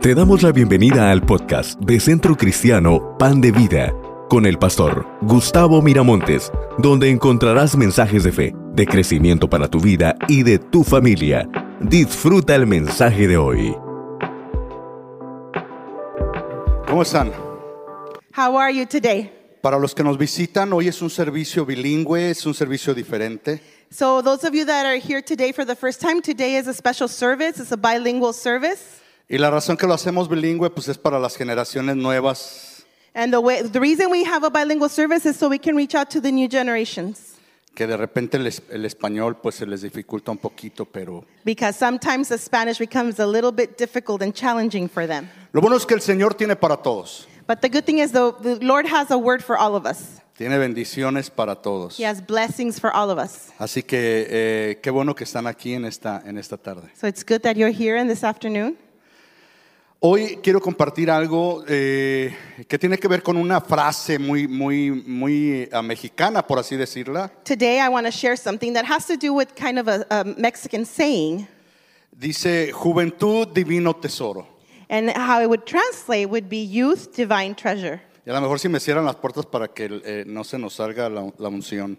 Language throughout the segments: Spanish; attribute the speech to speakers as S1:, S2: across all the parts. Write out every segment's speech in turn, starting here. S1: Te damos la bienvenida al podcast de Centro Cristiano Pan de Vida con el pastor Gustavo Miramontes, donde encontrarás mensajes de fe, de crecimiento para tu vida y de tu familia. Disfruta el mensaje de hoy.
S2: ¿Cómo están?
S3: How are you today?
S2: Para los que nos visitan, hoy es un servicio bilingüe, es un servicio diferente.
S3: So, those of you that are here today for the first time, today is a special service. It's a bilingual service.
S2: Y la razón que lo hacemos bilingüe, pues es para las generaciones nuevas
S3: And the, way, the reason we have a bilingual service is so we can reach out to the new generations.
S2: que de repente el, es- el español pues se les dificulta un poquito, pero
S3: Because sometimes the Spanish becomes a little bit difficult and challenging for them.
S2: lo bueno es que el Señor tiene para todos,
S3: But the good thing is, the, the Lord has a word for all of us,
S2: tiene bendiciones para todos.
S3: He has blessings for all of us.
S2: Así que eh, qué bueno que están aquí en esta, en esta tarde.
S3: So, it's good that you're here in this afternoon.
S2: Hoy quiero compartir algo eh, que tiene que ver con una frase muy, muy, muy eh, mexicana, por así decirla.
S3: Today, I want to share something that has to do with kind of a, a Mexican saying.
S2: Dice, juventud, divino tesoro.
S3: And how it would translate would be youth, divine treasure.
S2: Y a lo mejor si me cierran las puertas para que eh, no se nos salga la, la unción.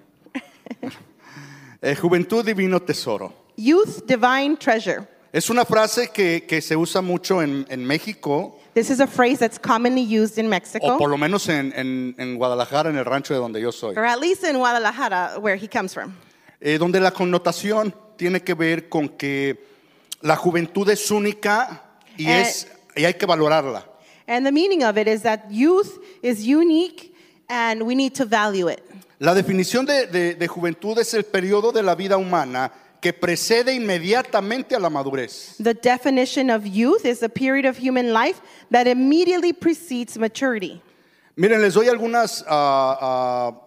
S2: Eh, juventud, divino tesoro.
S3: Youth, divine treasure.
S2: Es una frase que, que se usa mucho en, en México,
S3: This is a phrase that's commonly used in
S2: o por
S3: Mexico,
S2: lo menos en, en- en Guadalajara, en el rancho de donde yo soy,
S3: or at least in Guadalajara, where he comes from.
S2: Eh, donde la connotación tiene que ver con que la juventud es única y,
S3: Eh.
S2: es, y hay que valorarla.
S3: And the meaning of it is that youth is unique and we need to value it.
S2: La definición de, de- de juventud es el periodo de la vida humana que precede inmediatamente a la madurez.
S3: The definition of youth is a period of human life that immediately precedes maturity.
S2: Miren, les doy algunas, ah,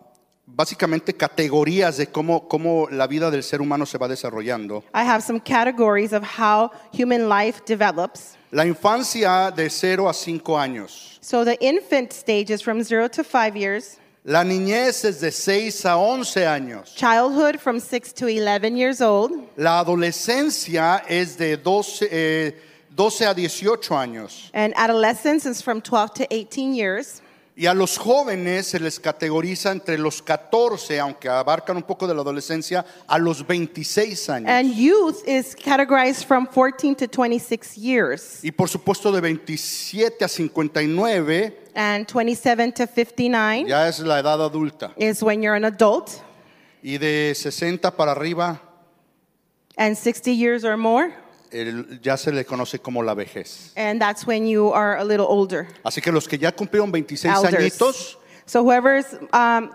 S2: ah, básicamente, categorías de cómo, cómo la vida del ser humano se va desarrollando.
S3: I have some categories of how human life develops.
S2: La infancia de 0 a 5 años.
S3: So the infant stage is from zero to five years.
S2: La niñez es de 6 a 11 años.
S3: Childhood from 6 to 11 years old.
S2: La adolescencia es de 12, eh, 12 a 18 años.
S3: And adolescence is from 12 to 18 years.
S2: Y a los jóvenes se les categoriza entre los 14, aunque abarcan un poco de la adolescencia, a los 26 años.
S3: And youth is categorized from 14 to 26 years.
S2: y por supuesto de 27 a 59
S3: And 27 to 59
S2: ya es la edad adulta.
S3: is when you're an adult.
S2: Y de 60 para arriba
S3: And 60 years or more,
S2: el- ya se le conoce como la vejez.
S3: and that's when you are a little older.
S2: Así que los que ya cumplieron 26
S3: Elders.
S2: añitos,
S3: So whoever's, um,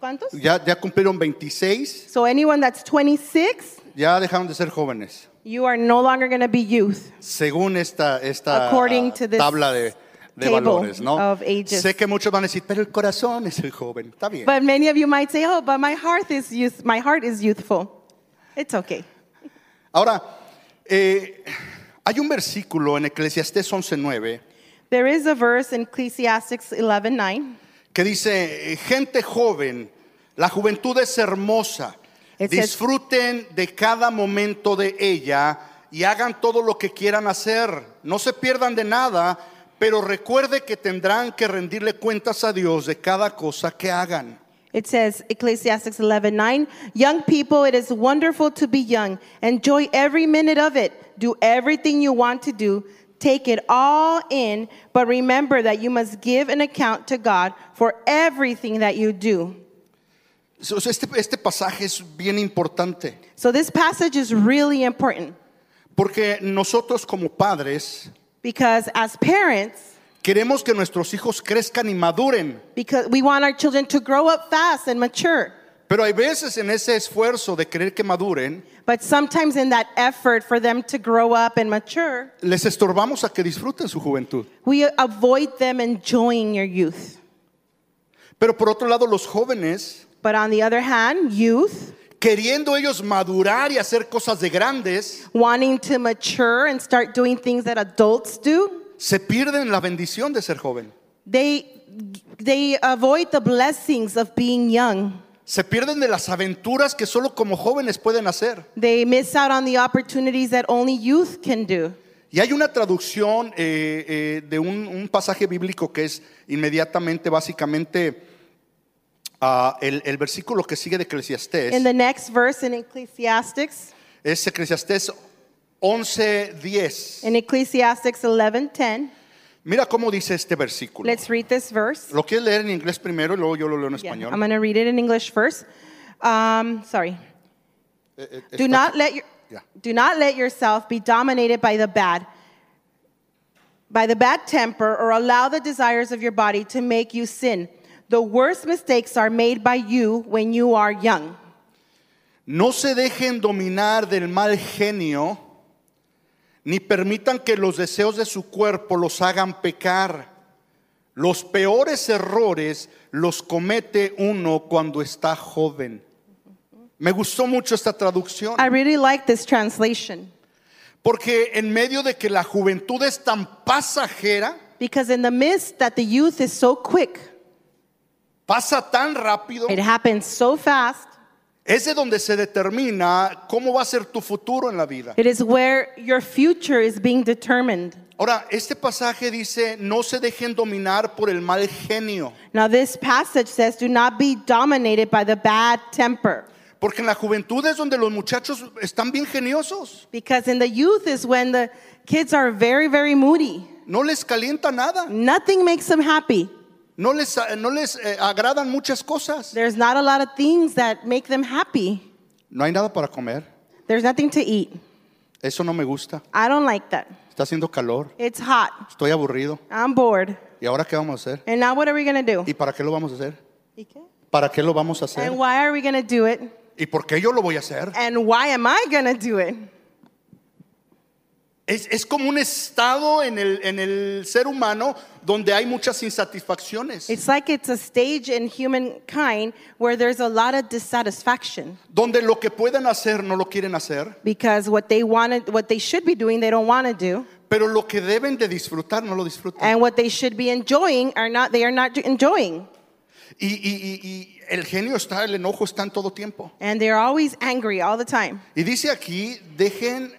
S3: ¿cuántos?
S2: ya, ya cumplieron 26,
S3: So anyone that's 26,
S2: ya dejaron de ser jóvenes,
S3: you are no longer going to be youth.
S2: según esta, esta ah,
S3: According to this
S2: tabla de, de
S3: table
S2: valores. ¿no?
S3: of ages.
S2: Sé que muchos van a decir, pero el corazón es el joven, está bien.
S3: But many of you might say, "Oh, but my heart is youth. My heart is youthful." It's okay.
S2: Ahora, eh, hay un versículo en Eclesiastés 11.9
S3: There is a verse in Ecclesiastics 11:9.
S2: que dice, eh, gente joven, la juventud es hermosa,
S3: It says-
S2: disfruten de cada momento de ella y hagan todo lo que quieran hacer, no se pierdan de nada, pero recuerde que tendrán que rendirle cuentas a Dios de cada cosa que hagan.
S3: It says Ecclesiastics 11:9, "Young people, it is wonderful to be young. Enjoy every minute of it. Do everything you want to do. Take it all in, but remember that you must give an account to God for everything that you do."
S2: O sea, Este, este pasaje es bien importante,
S3: So this passage is really important
S2: porque nosotros como padres
S3: because as parents,
S2: queremos que nuestros hijos crezcan y maduren.
S3: because we want our children to grow up fast and mature.
S2: Pero hay veces en ese esfuerzo de querer que maduren,
S3: But sometimes in that effort for them to grow up and mature,
S2: les estorbamos a que disfruten su juventud.
S3: we avoid them enjoying your youth.
S2: Pero por otro lado, los jóvenes,
S3: But on the other hand, youth
S2: queriendo ellos madurar y hacer cosas de grandes,
S3: wanting to mature and start doing things that adults do,
S2: se pierden la bendición de ser joven.
S3: they they avoid the blessings of being young.
S2: Se pierden de las aventuras que solo como jóvenes pueden hacer.
S3: They miss out on the opportunities that only youth can do.
S2: Y hay una traducción eh, eh, de un, un pasaje bíblico que es inmediatamente, básicamente, ah, el, el versículo que sigue de
S3: In
S2: Eclesiastés.
S3: the next verse in Ecclesiastics,
S2: Es Eclesiastés 11:10.
S3: in Ecclesiastics 11:10,
S2: Mira cómo dice este versículo.
S3: let's read this verse.
S2: Lo quieres leer en inglés primero y luego yo lo leo en
S3: Yeah,
S2: español.
S3: I'm going to read it in English first. Um, sorry.
S2: Eh, eh,
S3: Do
S2: está-
S3: not let your
S2: Yeah.
S3: do not let yourself be dominated by the bad by the bad temper or allow the desires of your body to make you sin. The worst mistakes are made by you when you are young.
S2: No se dejen dominar del mal genio, ni permitan que los deseos de su cuerpo los hagan pecar. Los peores errores los comete uno cuando está joven. Me gustó mucho esta traducción,
S3: I really like this translation
S2: porque en medio de que la juventud es tan pasajera,
S3: because in the midst that the youth is so quick,
S2: pasa tan rápido,
S3: it happens so fast.
S2: es de donde se determina cómo va a ser tu futuro en la vida.
S3: It is where your future is being determined.
S2: Ahora, este pasaje dice, no se dejen dominar por el mal genio.
S3: Now this passage says do not be dominated by the bad temper.
S2: Porque en la juventud es donde los muchachos están bien geniosos.
S3: Because in the youth is when the kids are very, very moody.
S2: No les calienta nada.
S3: Nothing makes them happy.
S2: No les, no les eh, agradan muchas cosas.
S3: There's not a lot of things that make them happy.
S2: No hay nada para comer.
S3: There's nothing to eat.
S2: Eso no me gusta.
S3: I don't like that.
S2: Está haciendo calor.
S3: It's hot.
S2: Estoy aburrido.
S3: I'm bored.
S2: ¿Y ahora qué vamos a hacer?
S3: And now what are we going to
S2: ¿Y para qué lo vamos a hacer?
S3: do?
S2: ¿Para qué lo vamos a hacer?
S3: And why are we going to do it?
S2: ¿Y por qué yo lo voy a hacer?
S3: And why am I going to do it?
S2: Es, es como un estado en el, en el ser humano donde hay muchas insatisfacciones.
S3: It's like it's a stage in humankind where there's a lot of dissatisfaction
S2: Donde lo que pueden hacer no lo quieren hacer.
S3: because what they wanted, what they should be doing, they don't want to do,
S2: Pero lo que deben de disfrutar no lo disfrutan.
S3: and what they should be enjoying are not they are not enjoying.
S2: Y, y- y- y el genio está, el enojo está en todo tiempo.
S3: And they're always angry all the time.
S2: Y dice aquí, dejen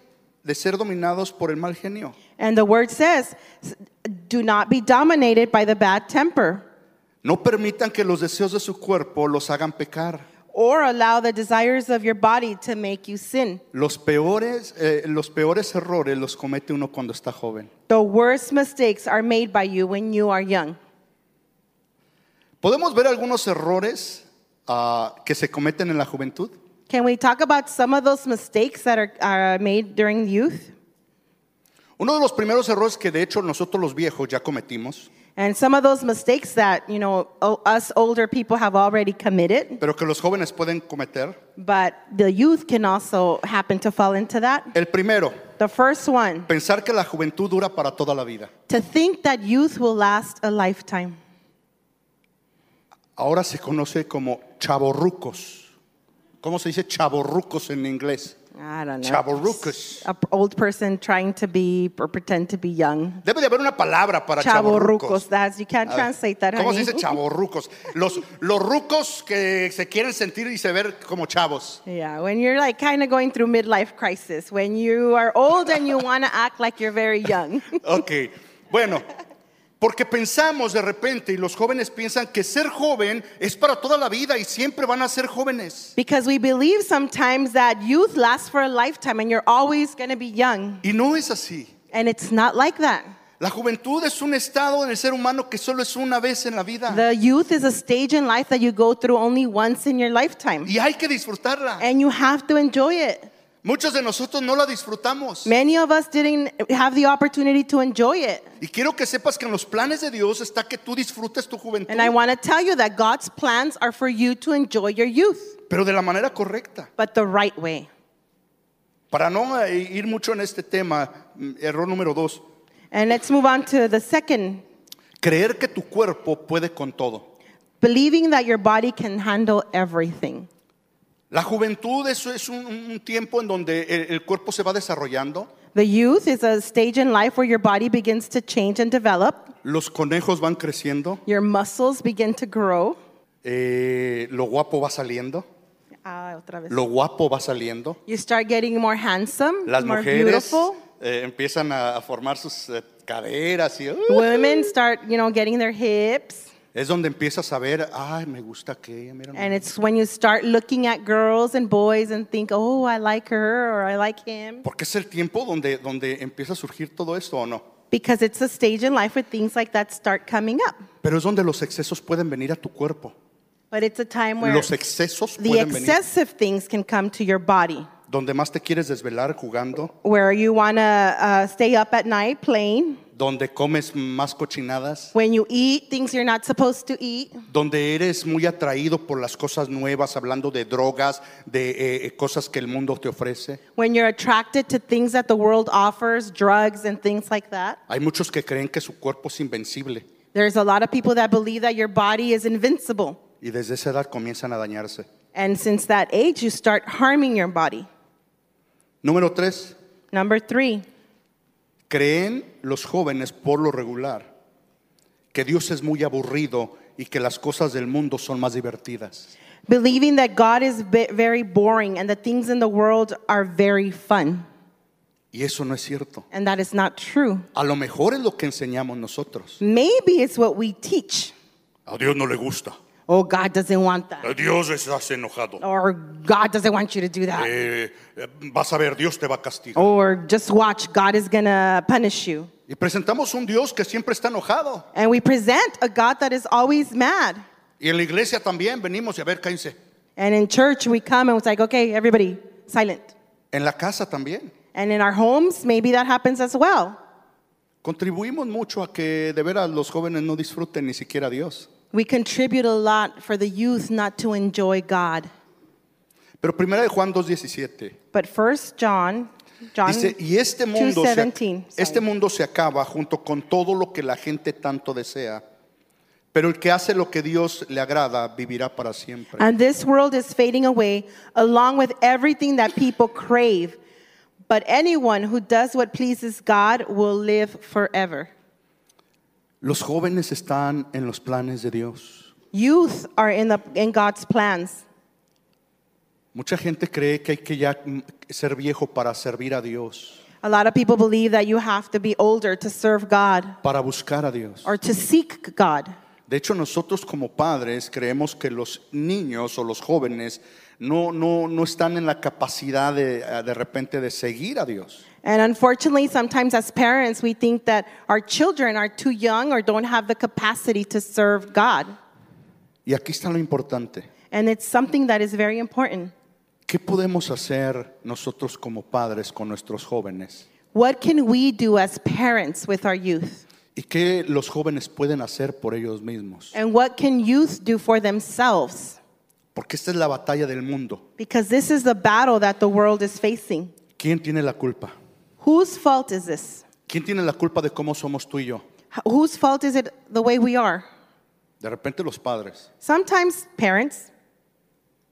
S2: de ser dominados por el mal genio.
S3: And the word says, do not be dominated by the bad temper
S2: No permitan que los deseos de su cuerpo los hagan pecar.
S3: or allow the desires of your body to make you sin.
S2: Los peores, eh, los peores errores los comete uno cuando está joven.
S3: The worst mistakes are made by you when you are young.
S2: ¿Podemos ver algunos errores ah, que se cometen en la juventud?
S3: Can we talk about some of those mistakes that are, are made during youth?
S2: Uno de los primeros errores que de hecho nosotros los viejos ya cometimos,
S3: And some of those mistakes that, you know, o- us older people have already committed,
S2: pero que los jóvenes pueden cometer.
S3: but the youth can also happen to fall into that.
S2: El primero,
S3: The first one,
S2: pensar que la juventud dura para toda la vida.
S3: to think that youth will last a lifetime.
S2: Ahora se conoce como chavorrucos. ¿Cómo se dice chavorrucos en inglés?
S3: I don't know.
S2: Chavorrucos.
S3: A p- old person trying to be or pretend to be young.
S2: Debe de haber una palabra para
S3: Chavorrucos.
S2: chavorrucos.
S3: That's you can't
S2: A ver,
S3: translate that,
S2: ¿Cómo se
S3: honey.
S2: dice chavorrucos? Los, los rucos que se quieren sentir y se ver como chavos.
S3: yeah, when you're like kind of going through midlife crisis, when you are old and you want to act like you're very young.
S2: Ok, bueno, porque pensamos de repente y los jóvenes piensan que ser joven es para toda la vida y siempre van a ser jóvenes.
S3: because we believe sometimes that youth lasts for a lifetime and you're always going to be young,
S2: Y no es así.
S3: and it's not like that.
S2: La juventud es un estado en el ser humano que solo es una vez en la vida
S3: The youth is a stage in life that you go through only once in your lifetime,
S2: y hay que disfrutarla.
S3: and you have to enjoy it.
S2: Muchos de nosotros no la disfrutamos.
S3: Many of us didn't have the opportunity to enjoy it.
S2: Y quiero que sepas que en los planes de Dios está que tú disfrutes tu juventud,
S3: And I want to tell you that God's plans are for you to enjoy your youth,
S2: pero de la manera correcta.
S3: but the right way.
S2: Para no eh, ir mucho en este tema, mm, error número dos,
S3: And let's move on to the second
S2: creer que tu cuerpo puede con todo.
S3: believing that your body can handle everything.
S2: La juventud es, es un, un tiempo en donde el, el cuerpo se va desarrollando,
S3: The youth is a stage in life where your body begins to change and develop,
S2: los conejos van creciendo,
S3: your muscles begin to grow.
S2: eh, lo guapo va saliendo,
S3: Ah, otra vez.
S2: lo guapo va saliendo,
S3: You start getting more handsome,
S2: las
S3: more
S2: mujeres
S3: beautiful.
S2: eh, empiezan a, a formar sus eh, caderas y ¡uh!
S3: Women start, you know, getting their hips.
S2: es donde empiezas a ver, ay, me gusta aquella, mira.
S3: And it's when you start looking at girls and boys and think, oh, I like her or I like him.
S2: Porque es el tiempo donde, donde empieza a surgir todo esto o no.
S3: Because it's a stage in life where things like that start coming up.
S2: Pero es donde los excesos pueden venir a tu cuerpo.
S3: But it's a time where
S2: Los excesos
S3: the
S2: pueden venir.
S3: excessive things can come to your body.
S2: Donde más te quieres desvelar jugando,
S3: Where you want to uh, stay up at night playing,
S2: donde comes más cochinadas,
S3: when you eat things you're not supposed to eat,
S2: donde eres muy atraído por las cosas nuevas, hablando de drogas, de eh, eh, cosas que el mundo te ofrece.
S3: when you're attracted to things that the world offers, drugs and things like that.
S2: Hay muchos que creen que su cuerpo es invencible
S3: There's a lot of people that believe that your body is invincible.
S2: y desde esa edad comienzan a dañarse.
S3: And since that age, you start harming your body.
S2: Número tres,
S3: Number three,
S2: creen los jóvenes por lo regular que Dios es muy aburrido y que las cosas del mundo son más divertidas.
S3: believing that God is ve- very boring and the things in the world are very fun.
S2: Y eso no es cierto.
S3: And that is not true.
S2: A lo mejor es lo que enseñamos nosotros.
S3: Maybe it's what we teach.
S2: A Dios no le gusta.
S3: Oh, God doesn't want that.
S2: Dios estás enojado.
S3: Or God doesn't want you to do that.
S2: Eh, eh, vas a ver, Dios te va a castigar.
S3: Or just watch, God is going to punish you.
S2: Y presentamos un Dios que siempre está enojado.
S3: And we present a God that is always mad.
S2: Y en la iglesia también venimos y a ver, cállense.
S3: And in church, we come and it's like, okay, everybody, silent.
S2: En la casa también.
S3: And in our homes, maybe that happens as well.
S2: Contribuimos mucho a que de veras los jóvenes no disfruten ni siquiera a Dios.
S3: We contribute a lot for the youth not to enjoy God.
S2: Pero primera de Juan 2:17
S3: But first John, John
S2: dice, "Y este mundo se, ac-
S3: 2:17,
S2: este
S3: sorry.
S2: mundo se acaba junto con todo lo que la gente tanto desea, pero el que hace lo que Dios le agrada vivirá para siempre."
S3: and this world is fading away along with everything that people crave. But anyone who does what pleases God will live forever.
S2: Los jóvenes están en los planes de Dios.
S3: Youth are in the in God's plans.
S2: Mucha gente cree que hay que ya mm, ser viejo para servir a Dios,
S3: A lot of people believe that you have to be older to serve God
S2: para buscar a Dios.
S3: or to seek God.
S2: De hecho, nosotros como padres creemos que los niños o los jóvenes no, no, no están en la capacidad de, eh, de repente de seguir a Dios.
S3: And unfortunately, sometimes as parents, we think that our children are too young or don't have the capacity to serve God.
S2: Y aquí está lo importante.
S3: And it's something that is very important.
S2: ¿Qué podemos hacer nosotros como padres con nuestros jóvenes?
S3: What can we do as parents with our youth?
S2: ¿Y qué los jóvenes pueden hacer por ellos mismos?
S3: And what can youth do for themselves?
S2: Porque esta es la batalla del mundo.
S3: Because this is the battle that the world is facing.
S2: ¿Quién tiene la culpa?
S3: Whose fault is this?
S2: ¿Quién tiene la culpa de cómo somos tú y yo?
S3: H- Whose fault is it the way we are?
S2: De repente los padres.
S3: Sometimes parents,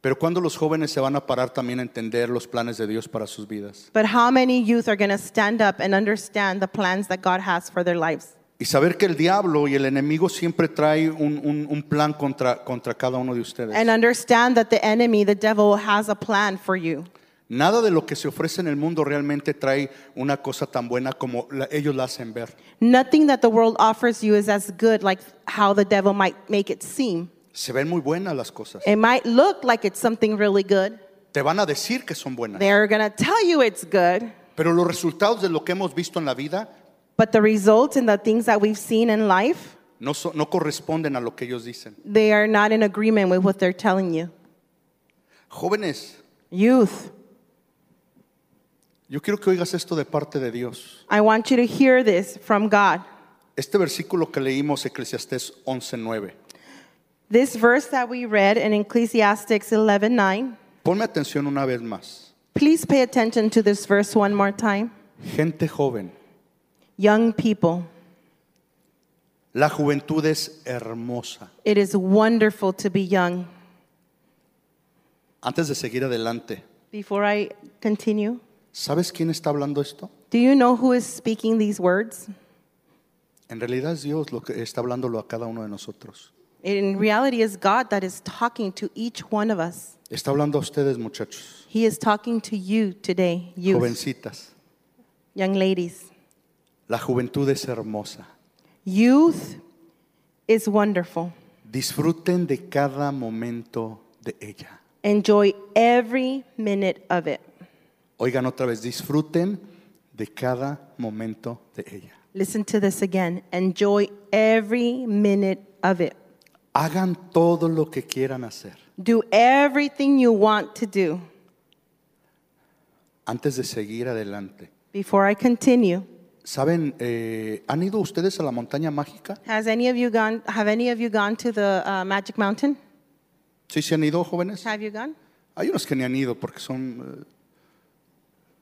S2: Pero ¿cuándo los jóvenes se van a parar también a entender los planes de Dios para sus vidas?
S3: but how many youth are going to stand up and understand the plans that God has for their lives?
S2: Y saber que el diablo y el enemigo siempre trae un, un- un plan contra, contra cada uno de ustedes.
S3: And understand that the enemy, the devil, has a plan for you.
S2: Nada de lo que se ofrece en el mundo realmente trae una cosa tan buena como la- ellos la hacen ver.
S3: Nothing that the world offers you is as good like how the devil might make it seem.
S2: Se ven muy buenas las cosas.
S3: It might look like it's something really good.
S2: Te van a decir que son buenas.
S3: They're going to tell you it's good,
S2: Pero los resultados de lo que hemos visto en la vida
S3: but the results and the things that we've seen in life,
S2: no, so- no corresponden a lo que ellos dicen.
S3: they are not in agreement with what they're telling you.
S2: Jóvenes,
S3: Youth,
S2: yo quiero que oigas esto de parte de Dios.
S3: I want you to hear this from God.
S2: Este versículo que leímos, Eclesiastés 11.9.
S3: This verse that we read in Ecclesiastics 11:9.
S2: Ponme atención una vez más.
S3: Please pay attention to this verse one more time.
S2: Gente joven.
S3: Young people,
S2: La juventud es hermosa.
S3: it is wonderful to be young.
S2: Antes de seguir adelante,
S3: Before I continue,
S2: ¿sabes quién está hablando esto?
S3: do you know who is speaking these words?
S2: En realidad es Dios lo que está hablándolo a cada uno de nosotros.
S3: In reality, is God that is talking to each one of us.
S2: Está hablando a ustedes, muchachos,
S3: He is talking to you today, youth,
S2: jovencitas.
S3: Young ladies,
S2: La juventud es hermosa.
S3: youth is wonderful.
S2: Disfruten de cada momento de ella.
S3: Enjoy every minute of it.
S2: Oigan otra vez, disfruten de cada momento de ella.
S3: Listen to this again. Enjoy every minute of it.
S2: Hagan todo lo que quieran hacer.
S3: Do everything you want to do.
S2: Antes de seguir adelante.
S3: Before I continue,
S2: ¿Saben, eh, han ido ustedes a la montaña mágica?
S3: has any of you gone? Have any of you gone to the uh, Magic Mountain?
S2: ¿Sí se han ido, jóvenes?
S3: Have you gone?
S2: Hay unos que ni han ido porque son... eh,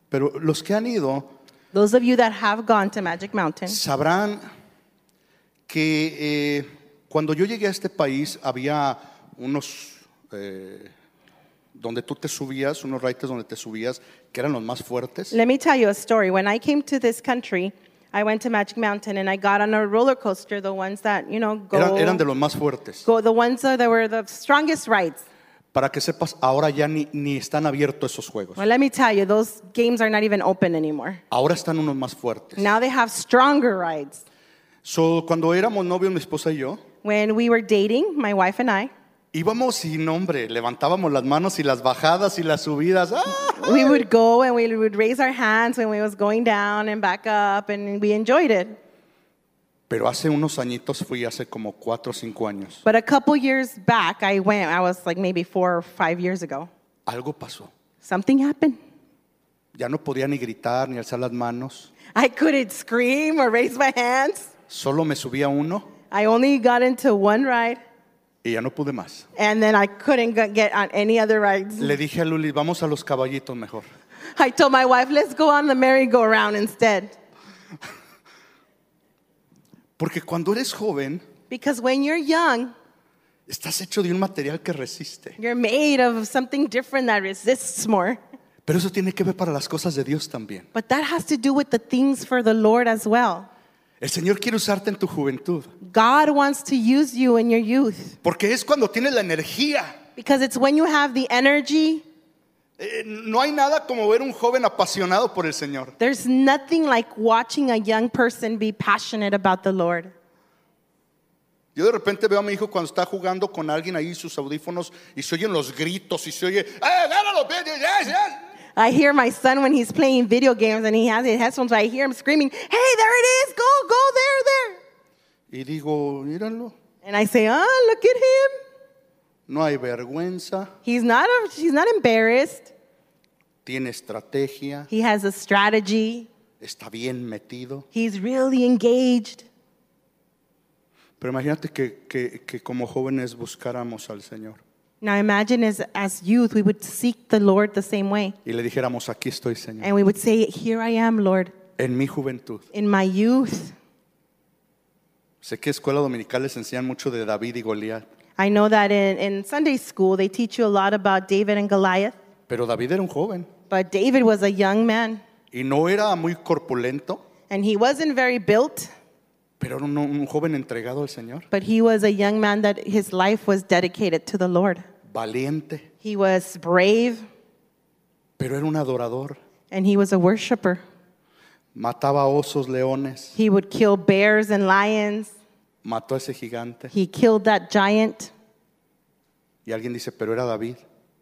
S2: Pero los que han ido
S3: Those of you that have gone to Magic Mountain,
S2: sabrán que eh, cuando yo llegué a este país había unos eh, donde tú te subías, unos raites donde te subías, que eran los más fuertes.
S3: let me tell you a story. When I came to this country, I went to Magic Mountain and I got on a roller coaster, the ones that you know go,
S2: Eran, eran de los más fuertes.
S3: go the ones that were the strongest rides.
S2: Para que sepas, ahora ya ni, ni están abiertos esos juegos.
S3: Well, let me tell you, those games are not even open anymore.
S2: Ahora están unos más fuertes.
S3: Now they have stronger rides.
S2: So, cuando éramos novios, mi esposa y yo,
S3: When we were dating, my wife and I,
S2: íbamos sin nombre, levantábamos las manos y las bajadas y las subidas. ¡Ah!
S3: we would go and we would raise our hands when we was going down and back up, and we enjoyed it.
S2: Pero hace unos añitos fui, hace como cuatro o cinco años.
S3: But a couple years back, I went. I was like maybe four or five years ago.
S2: Algo pasó.
S3: Something happened.
S2: Ya no podía ni gritar ni alzar las manos.
S3: I couldn't scream or raise my hands.
S2: Solo me subía uno
S3: I only got into one ride,
S2: y ya no pude más.
S3: and then I couldn't go- get on any other rides.
S2: Le dije a Luli, vamos a los caballitos mejor.
S3: I told my wife, "Let's go on the merry-go-round instead."
S2: Porque cuando eres joven,
S3: Because when you're young,
S2: estás hecho de un material que resiste.
S3: you're made of something different that resists more.
S2: Pero eso tiene que ver para las cosas de Dios también.
S3: But that has to do with the things for the Lord as well.
S2: El Señor quiere usarte en tu juventud.
S3: God wants to use you in your youth
S2: Porque es cuando tienes la energía.
S3: because it's when you have the energy.
S2: Eh, No hay nada como ver un joven apasionado por el Señor.
S3: There's nothing like watching a young person be passionate about the Lord.
S2: Yo de repente veo a mi hijo cuando está jugando con alguien ahí sus audífonos y se oyen los gritos y se oye, ¡eh, gánalo! bien, bien, bien, bien".
S3: I hear my son when he's playing video games and he has his headphones. I hear him screaming, "Hey, there it is! Go, go there, there!"
S2: Y digo, míralo,
S3: And I say, "Oh, look at him!
S2: no hay vergüenza,
S3: He's not. A, he's not embarrassed.
S2: tiene estrategia,
S3: He has a strategy.
S2: está bien metido.
S3: He's really engaged."
S2: Pero imagínate que, que- que como jóvenes buscáramos al Señor
S3: Now imagine as, as youth, we would seek the Lord the same way.
S2: y le dijéramos, aquí estoy Señor,
S3: And we would say, Here I am, Lord,
S2: en mi juventud.
S3: in my youth.
S2: Sé que escuela dominical les enseñan mucho de David y Goliat,
S3: I know that in, in Sunday school, they teach you a lot about David and Goliath,
S2: pero David era un joven
S3: but David was a young man,
S2: y no era muy corpulento.
S3: and he wasn't very built,
S2: Pero era un, un joven entregado al Señor,
S3: but he was a young man that his life was dedicated to the Lord.
S2: valiente,
S3: He was brave,
S2: pero era un adorador.
S3: and he was a worshiper.
S2: Mataba osos, leones,
S3: He would kill bears and lions,
S2: mató a ese gigante.
S3: he killed that giant.
S2: Y alguien dice, pero era David.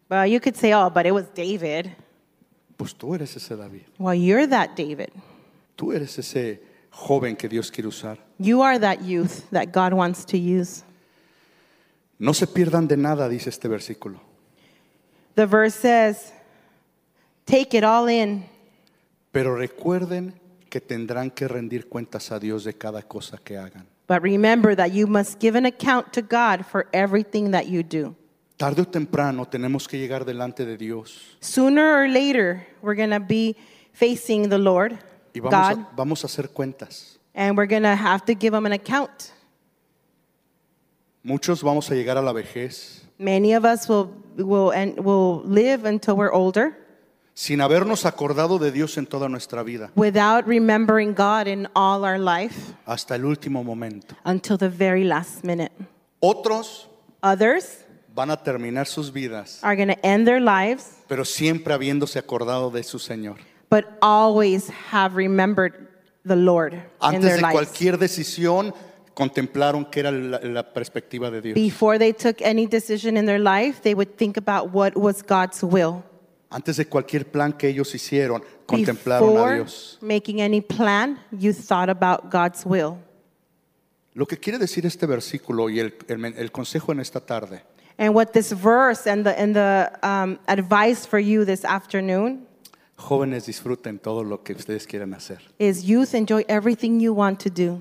S3: Well, you could say, Oh, but it was David.
S2: Pues tú eres ese David,
S3: Well, you're that David.
S2: tú eres ese joven que Dios quiere usar.
S3: You are that youth that God wants to use.
S2: No se pierdan de nada, dice este versículo.
S3: The verse says, Take it all in,
S2: Pero recuerden que tendrán que rendir cuentas a Dios de cada cosa que hagan.
S3: but remember that you must give an account to God for everything that you do.
S2: Tarde o temprano tenemos que llegar delante de Dios
S3: Sooner or later, we're going to be facing the Lord,
S2: y vamos
S3: God,
S2: a- vamos a hacer cuentas.
S3: and we're going to have to give Him an account.
S2: Muchos vamos a llegar a la vejez
S3: Many of us will, will, and will live until we're older
S2: sin habernos acordado de Dios en toda nuestra vida,
S3: without remembering God in all our life
S2: hasta el último momento.
S3: until the very last minute.
S2: Otros
S3: Others
S2: van a terminar sus vidas,
S3: are going to end their lives
S2: pero siempre habiéndose acordado de su Señor.
S3: but always have remembered the Lord in
S2: Antes
S3: their
S2: de
S3: lives.
S2: cualquier decisión, contemplaron que era la, la perspectiva de Dios.
S3: Before they took any decision in their life, they would think about what was God's will.
S2: Antes de cualquier plan que ellos hicieron, contemplaron a
S3: Before
S2: Dios.
S3: making any plan, you thought about God's will.
S2: Lo que quiere decir este versículo y el, el men- el consejo en esta tarde
S3: And what this verse and the, and the um, advice for you this afternoon
S2: Jóvenes, disfruten todo lo que ustedes quieran hacer,
S3: is youth, enjoy everything you want to do,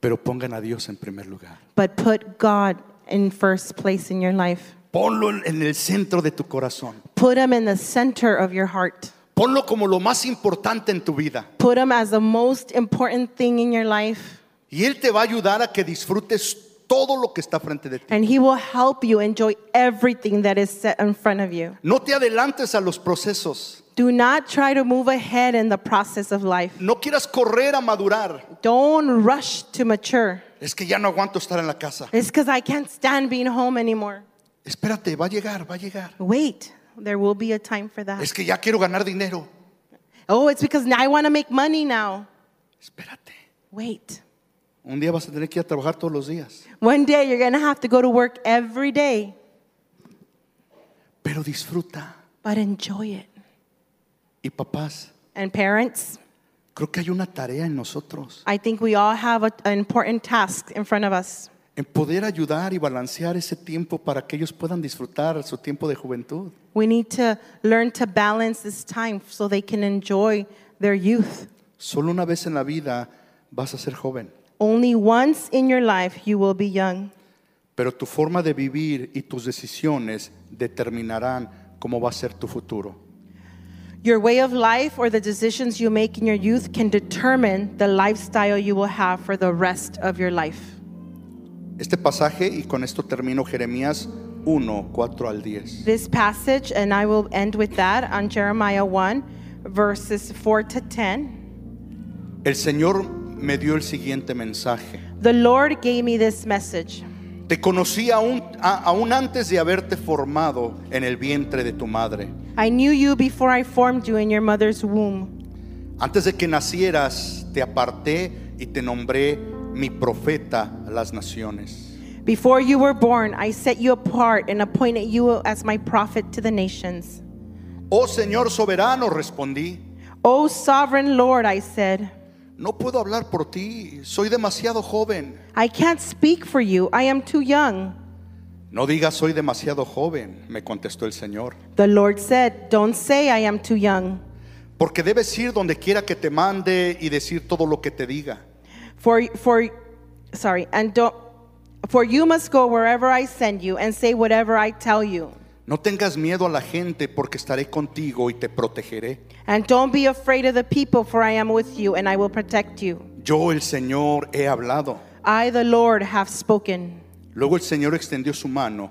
S2: pero pongan a Dios en primer lugar.
S3: but put God in first place in your life.
S2: Ponlo en- en el centro de tu corazón.
S3: Put Him in the center of your heart.
S2: Ponlo como lo más importante en tu vida.
S3: Put Him as the most important thing in your life,
S2: Y Él te va a ayudar a que disfrutes todo lo que está frente de ti.
S3: and He will help you enjoy everything that is set in front of you.
S2: No te adelantes a los procesos.
S3: Do not try to move ahead in the process of life.
S2: No quieras correr a madurar.
S3: Don't rush to mature.
S2: Es que ya no aguanto estar en la casa.
S3: It's because I can't stand being home anymore.
S2: Espérate, va a llegar, va a llegar.
S3: Wait, there will be a time for that.
S2: Es que ya quiero ganar dinero.
S3: oh, it's because now I want to make money now.
S2: Espérate.
S3: Wait.
S2: Un día vas a tener que ir a trabajar todos los días.
S3: One day you're going to have to go to work every day,
S2: Pero disfruta.
S3: but enjoy it.
S2: Y papás,
S3: And parents,
S2: creo que hay una tarea en nosotros.
S3: I think we all have a, an important task in front of us
S2: en poder ayudar y balancear ese tiempo para que ellos puedan disfrutar su tiempo de juventud.
S3: We need to learn to balance this time so they can enjoy their youth.
S2: Solo una vez en la vida vas a ser joven,
S3: Only once in your life you will be young,
S2: pero tu forma de vivir y tus decisiones determinarán cómo va a ser tu futuro.
S3: Your way of life or the decisions you make in your youth can determine the lifestyle you will have for the rest of your life.
S2: Este pasaje, y con esto termino Jeremías 1, 4 al 10.
S3: This passage, and I will end with that on Jeremiah 1, verses 4 to 10.
S2: El Señor me dio el siguiente mensaje.
S3: The Lord gave me this message
S2: Te conocí aún, a- aún antes de haberte formado en el vientre de tu madre.
S3: I knew you before I formed you in your mother's womb.
S2: Antes de que nacieras, te aparté y te nombré mi profeta a las naciones.
S3: Before you were born, I set you apart and appointed you as my prophet to the nations.
S2: Oh Señor soberano, respondí,
S3: O sovereign Lord, I said,
S2: no puedo hablar por ti, soy demasiado joven.
S3: I can't speak for you, I am too young.
S2: No digas soy demasiado joven, me contestó el Señor,
S3: The Lord said, Don't say I am too young,
S2: porque debes ir donde quiera que te mande y decir todo lo que te diga.
S3: for for sorry, and don't for you must go wherever I send you and say whatever I tell you.
S2: No tengas miedo a la gente, porque estaré contigo y te protegeré.
S3: And don't be afraid of the people, for I am with you and I will protect you.
S2: Yo, el Señor, he hablado.
S3: I the Lord have spoken.
S2: Luego el Señor extendió su mano,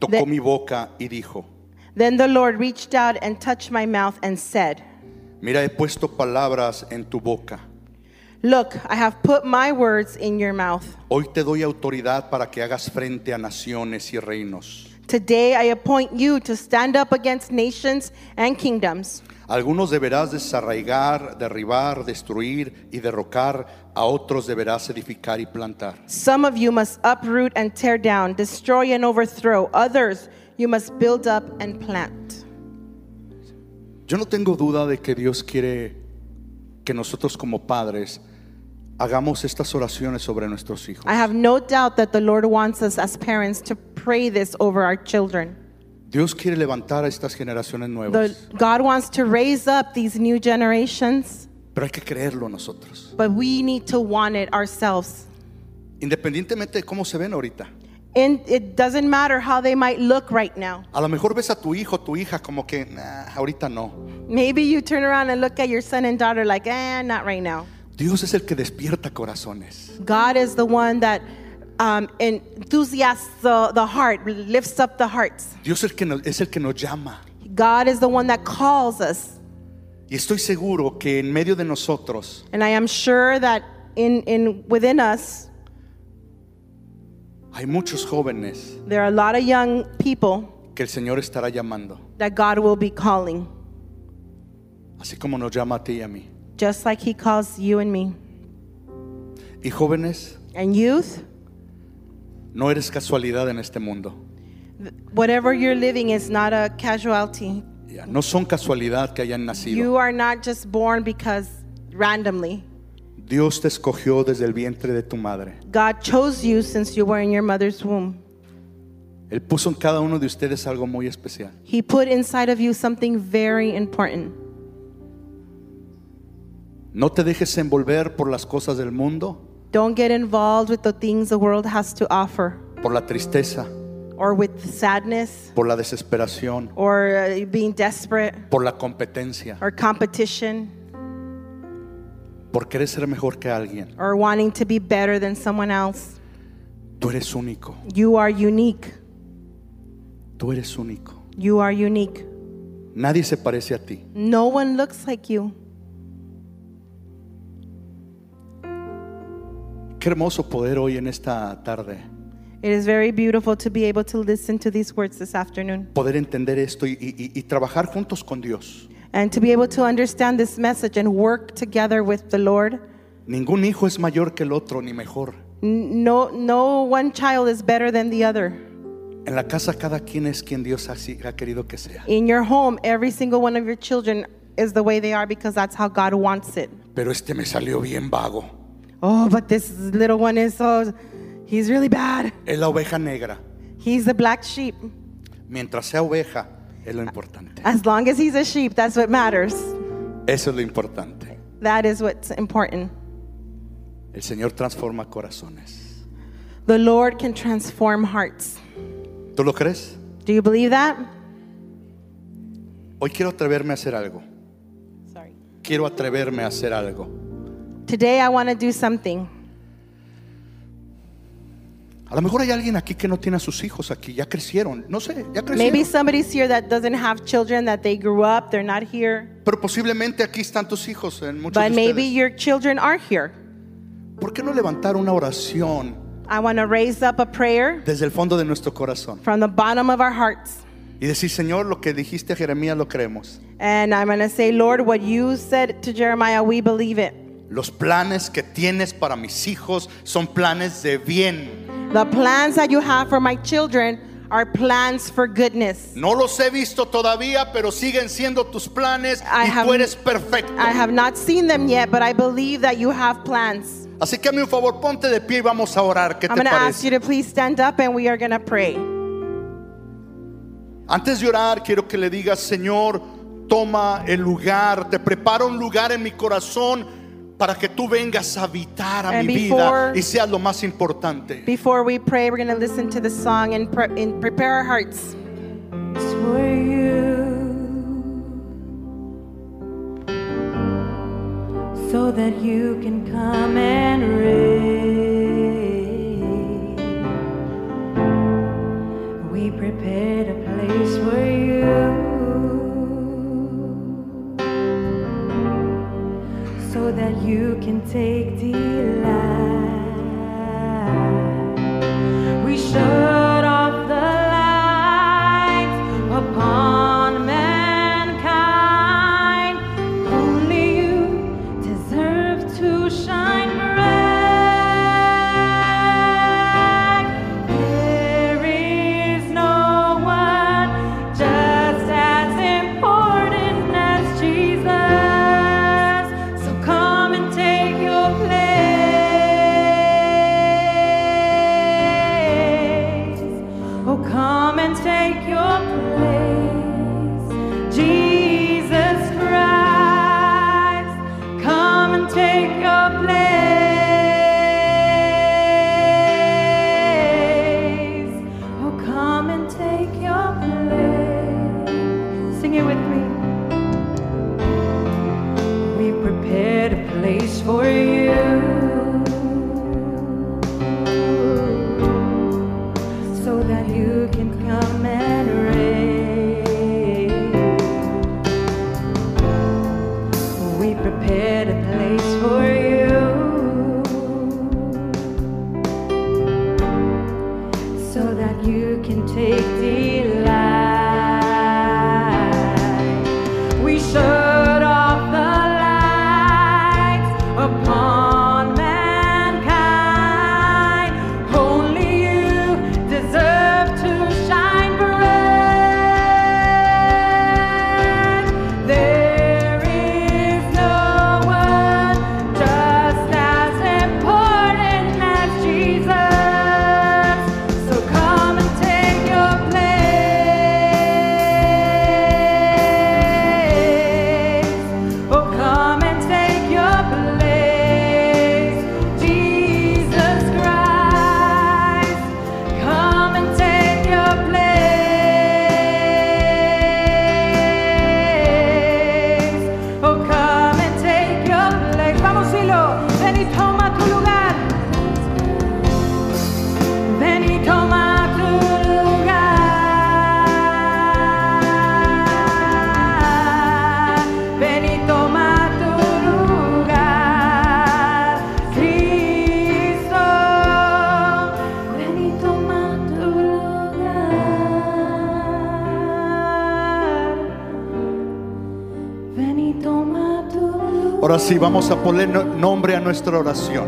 S2: tocó
S3: De-
S2: mi boca y dijo,
S3: Then the Lord reached out and touched my mouth and said,
S2: Mira, he puesto palabras en tu boca.
S3: Look, I have put my words in your mouth.
S2: Hoy te doy autoridad para que hagas frente a naciones y reinos.
S3: Today I appoint you to stand up against nations and kingdoms.
S2: Algunos deberás desarraigar, derribar, destruir y derrocar, a otros deberás edificar y plantar.
S3: Some of you must uproot and tear down, destroy and overthrow. Others you must build up and plant.
S2: Yo no tengo duda de que Dios quiere que nosotros como padres hagamos estas oraciones sobre nuestros hijos.
S3: I have no doubt that the Lord wants us as parents to pray this over our children.
S2: Dios quiere levantar a estas generaciones
S3: The,
S2: nuevas,
S3: God wants to raise up these new generations,
S2: pero hay que creerlo nosotros.
S3: but we need to want it ourselves.
S2: Independientemente de cómo se ven ahorita.
S3: And it doesn't matter how they might look right now.
S2: A lo mejor ves a tu hijo, tu hija, como que "Nah, ahorita no.
S3: Maybe you turn around and look at your son and daughter like, eh, not right now.
S2: Dios es el que despierta corazones.
S3: God is the one that um, enthusiasts the, the heart, lifts up the hearts.
S2: Dios es el, que nos, es el que nos llama.
S3: God is the one that calls us.
S2: Y estoy seguro que en medio de nosotros
S3: And I am sure that in, in within us,
S2: hay muchos jóvenes
S3: there are a lot of young people
S2: que el Señor estará llamando.
S3: that God will be calling.
S2: así como nos llama a ti y a mí.
S3: just like He calls you and me.
S2: Y jóvenes,
S3: And youth,
S2: no eres casualidad en este mundo.
S3: whatever you're living is not a casualty.
S2: Ya, No son casualidad que hayan nacido.
S3: You are not just born because randomly.
S2: Dios te escogió desde el vientre de tu madre.
S3: God chose you since you were in your mother's womb.
S2: Él puso en cada uno de ustedes algo muy especial.
S3: He put inside of you something very important.
S2: No te dejes envolver por las cosas del mundo,
S3: Don't get involved with the things the world has to offer,
S2: por la tristeza,
S3: or with sadness,
S2: por la desesperación,
S3: or uh, being desperate,
S2: por la competencia,
S3: or competition,
S2: por querer ser mejor que alguien.
S3: or wanting to be better than someone else.
S2: Tú eres único,
S3: You are unique.
S2: tú eres único.
S3: You are unique.
S2: Nadie se parece a ti.
S3: No one looks like you.
S2: Qué hermoso poder hoy en esta tarde
S3: It is very beautiful to be able to listen to these words this afternoon
S2: poder entender esto y, y- y trabajar juntos con Dios.
S3: and to be able to understand this message and work together with the Lord.
S2: Ningún hijo es mayor que el otro ni mejor.
S3: N- No, no one child is better than the other.
S2: En la casa cada quien es quien Dios así ha querido que sea.
S3: In your home, every single one of your children is the way they are because that's how God wants it.
S2: Pero este me salió bien vago.
S3: Oh, but this little one is so, he's really bad.
S2: Es la oveja negra.
S3: He's the black sheep.
S2: Mientras sea oveja, es lo importante.
S3: As long as he's a sheep, that's what matters.
S2: Eso es lo importante.
S3: That is what's important.
S2: El Señor transforma corazones.
S3: The Lord can transform hearts.
S2: ¿Tú lo crees?
S3: Do you believe that?
S2: Hoy quiero atreverme a hacer algo.
S3: Sorry.
S2: Quiero atreverme a hacer algo.
S3: Today, I want to do something.
S2: A lo mejor hay alguien aquí que no tiene a sus hijos aquí. Ya crecieron. No sé, ya crecieron.
S3: Maybe somebody's here that doesn't have children, that they grew up, they're not here.
S2: Pero posiblemente aquí están tus hijos en muchos
S3: But
S2: de
S3: maybe
S2: ustedes.
S3: your children are here.
S2: ¿Por qué no levantar una oración
S3: I want to raise up a prayer
S2: desde el fondo de nuestro corazón
S3: from the bottom of our hearts.
S2: y decir, Señor, lo que dijiste a Jeremías lo creemos.
S3: And I'm going to say, Lord, what you said to Jeremiah, we believe it.
S2: Los planes que tienes para mis hijos son planes de bien.
S3: The plans that you have for my children are plans for goodness.
S2: No los he visto todavía, pero siguen siendo tus planes
S3: I
S2: y tú
S3: haven't-
S2: eres perfecto.
S3: I have not seen them yet, but I believe that you have plans.
S2: Así que hazme un favor, ponte de pie y vamos a orar. ¿Qué
S3: I'm
S2: te
S3: going to ask
S2: parece?
S3: you to please stand up and we are going to pray.
S2: Antes de orar, quiero que le digas, Señor, toma el lugar, te preparo un lugar en mi corazón para que tú vengas a habitar a
S3: And
S2: mi vida
S3: before-
S2: y seas lo más importante.
S3: Before we pray, we're going to listen to the song and, pre- and prepare our hearts.
S4: for you so that you can come and reign. We prepared a place for you so that you can take delight. We shut off the lights upon mankind. Only you deserve to shine bright. There is no one just as important as Jesus. So come and take your place. Oh, Oh, Oh, Oh,
S2: Ahora sí, vamos a poner no- nombre a nuestra oración.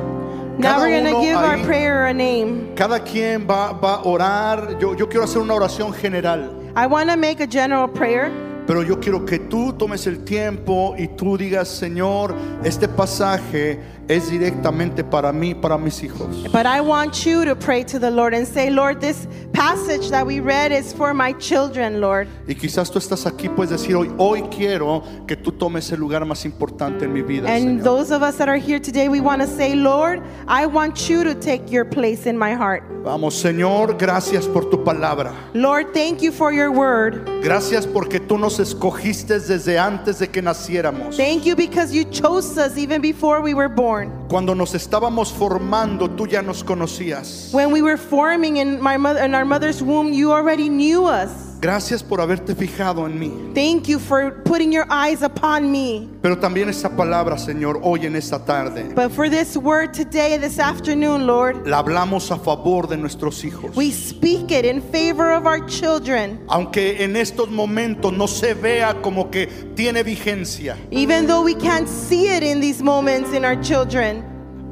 S3: Now we're going to
S2: uno
S3: give our
S2: ahí,
S3: prayer a name.
S2: cada quien va, va a orar. Yo, yo quiero hacer una oración general,
S3: I want to make a general prayer,
S2: pero yo quiero que tú tomes el tiempo y tú digas, Señor, este pasaje es directamente para mí, para mis hijos.
S3: but I want you to pray to the Lord and say, Lord, this passage that we read is for my children, Lord.
S2: Y quizás tú estás aquí, puedes decir hoy, hoy quiero que tú tomes el lugar más importante en mi vida.
S3: And
S2: Señor.
S3: those of us that are here today, we want to say, Lord, I want you to take your place in my heart.
S2: Vamos, Señor, gracias por tu palabra.
S3: Lord, thank you for your word.
S2: Gracias porque tú nos escogiste desde antes de que naciéramos.
S3: Thank you because you chose us even before we were born.
S2: Cuando nos estábamos formando, tú ya nos conocías.
S3: When we were forming in, my mother, in our mother's womb, you already knew us.
S2: Gracias por haberte fijado en mí.
S3: Thank you for putting your eyes upon me.
S2: Pero también esta palabra, Señor, hoy en esta tarde,
S3: But for this word today, this afternoon, Lord,
S2: la hablamos a favor de nuestros hijos.
S3: we speak it in favor of our children.
S2: Aunque en estos momentos no se vea como que tiene vigencia,
S3: Even though we can't see it in these moments in our children,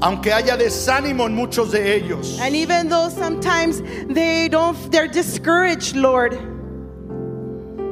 S2: aunque haya desánimo en muchos de ellos,
S3: And even though sometimes they don't they're discouraged, Lord,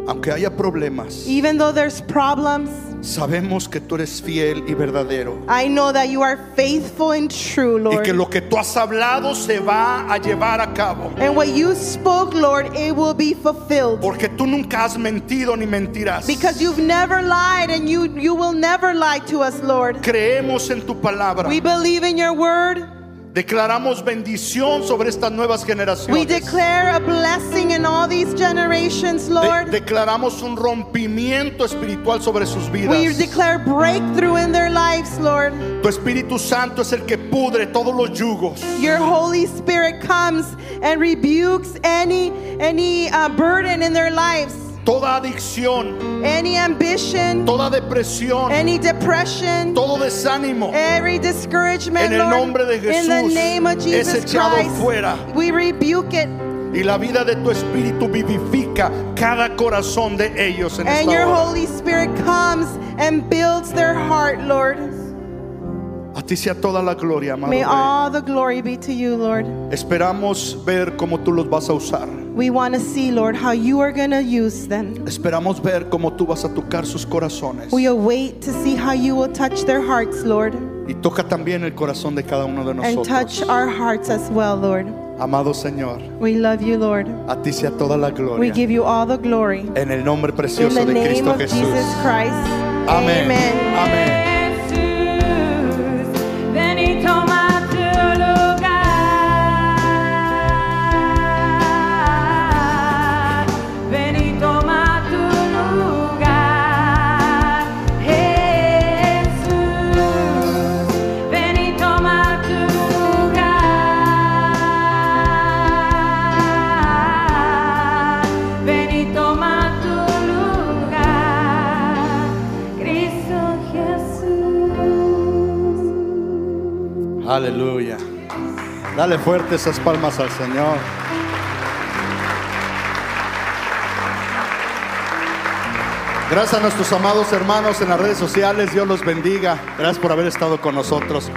S2: aunque haya problemas,
S3: even though there's problems,
S2: sabemos que tú eres fiel y verdadero.
S3: I know that you are faithful and true,
S2: y
S3: Lord.
S2: que lo que tú has hablado se va a llevar a cabo.
S3: And what you spoke, Lord, it will be fulfilled.
S2: Porque tú nunca has mentido ni mentirás.
S3: Because you've never lied and you you will never lie to us, Lord.
S2: Creemos en tu palabra.
S3: We believe in your word.
S2: Declaramos bendición sobre estas nuevas
S3: We
S2: generaciones.
S3: declare a blessing in all these generations,
S2: De-
S3: Lord.
S2: declaramos un rompimiento espiritual sobre sus vidas.
S3: We declare breakthrough in their lives, Lord.
S2: tu Espíritu Santo es el que pudre todos los yugos.
S3: Your Holy Spirit comes and rebukes any any uh, burden in their lives,
S2: Toda adicción,
S3: any ambition,
S2: toda depresión,
S3: any depression,
S2: todo desánimo.
S3: every discouragement.
S2: En el
S3: Lord.
S2: nombre de
S3: in the
S2: Jesús,
S3: name of
S2: es
S3: Jesus
S2: echado
S3: Christ,
S2: fuera.
S3: we rebuke it.
S2: y la vida de tu Espíritu vivifica cada corazón de ellos en
S3: And
S2: esta
S3: your
S2: hora.
S3: Holy Spirit comes and builds their heart, Lord.
S2: A ti sea toda la gloria, amado Rey.
S3: May all the glory be to you, Lord.
S2: Esperamos ver cómo tú los vas a usar.
S3: We want to see, Lord, how you are going to use them.
S2: Esperamos ver cómo tú vas a tocar sus corazones.
S3: We await to see how you will touch their hearts, Lord.
S2: Y toca también el corazón de cada uno de
S3: and touch
S2: nosotros.
S3: our hearts as well, Lord.
S2: Amado Señor,
S3: We love you, Lord.
S2: a ti sea toda la
S3: We
S2: gloria.
S3: give you all the glory.
S2: En el nombre
S3: In
S2: precioso
S3: the
S2: de
S3: name
S2: Cristo
S3: of
S2: Jesús.
S3: Jesus Christ.
S2: Amén.
S3: Amen.
S2: Amén.
S4: Then he told me to look up. Then he told me to look up. Jesus. Then he told me to look up. Then he told me to look up. Cristo Jesús.
S2: Aleluya. Dale fuerte esas palmas al Señor. Gracias a nuestros amados hermanos en las redes sociales. Dios los bendiga. Gracias por haber estado con nosotros.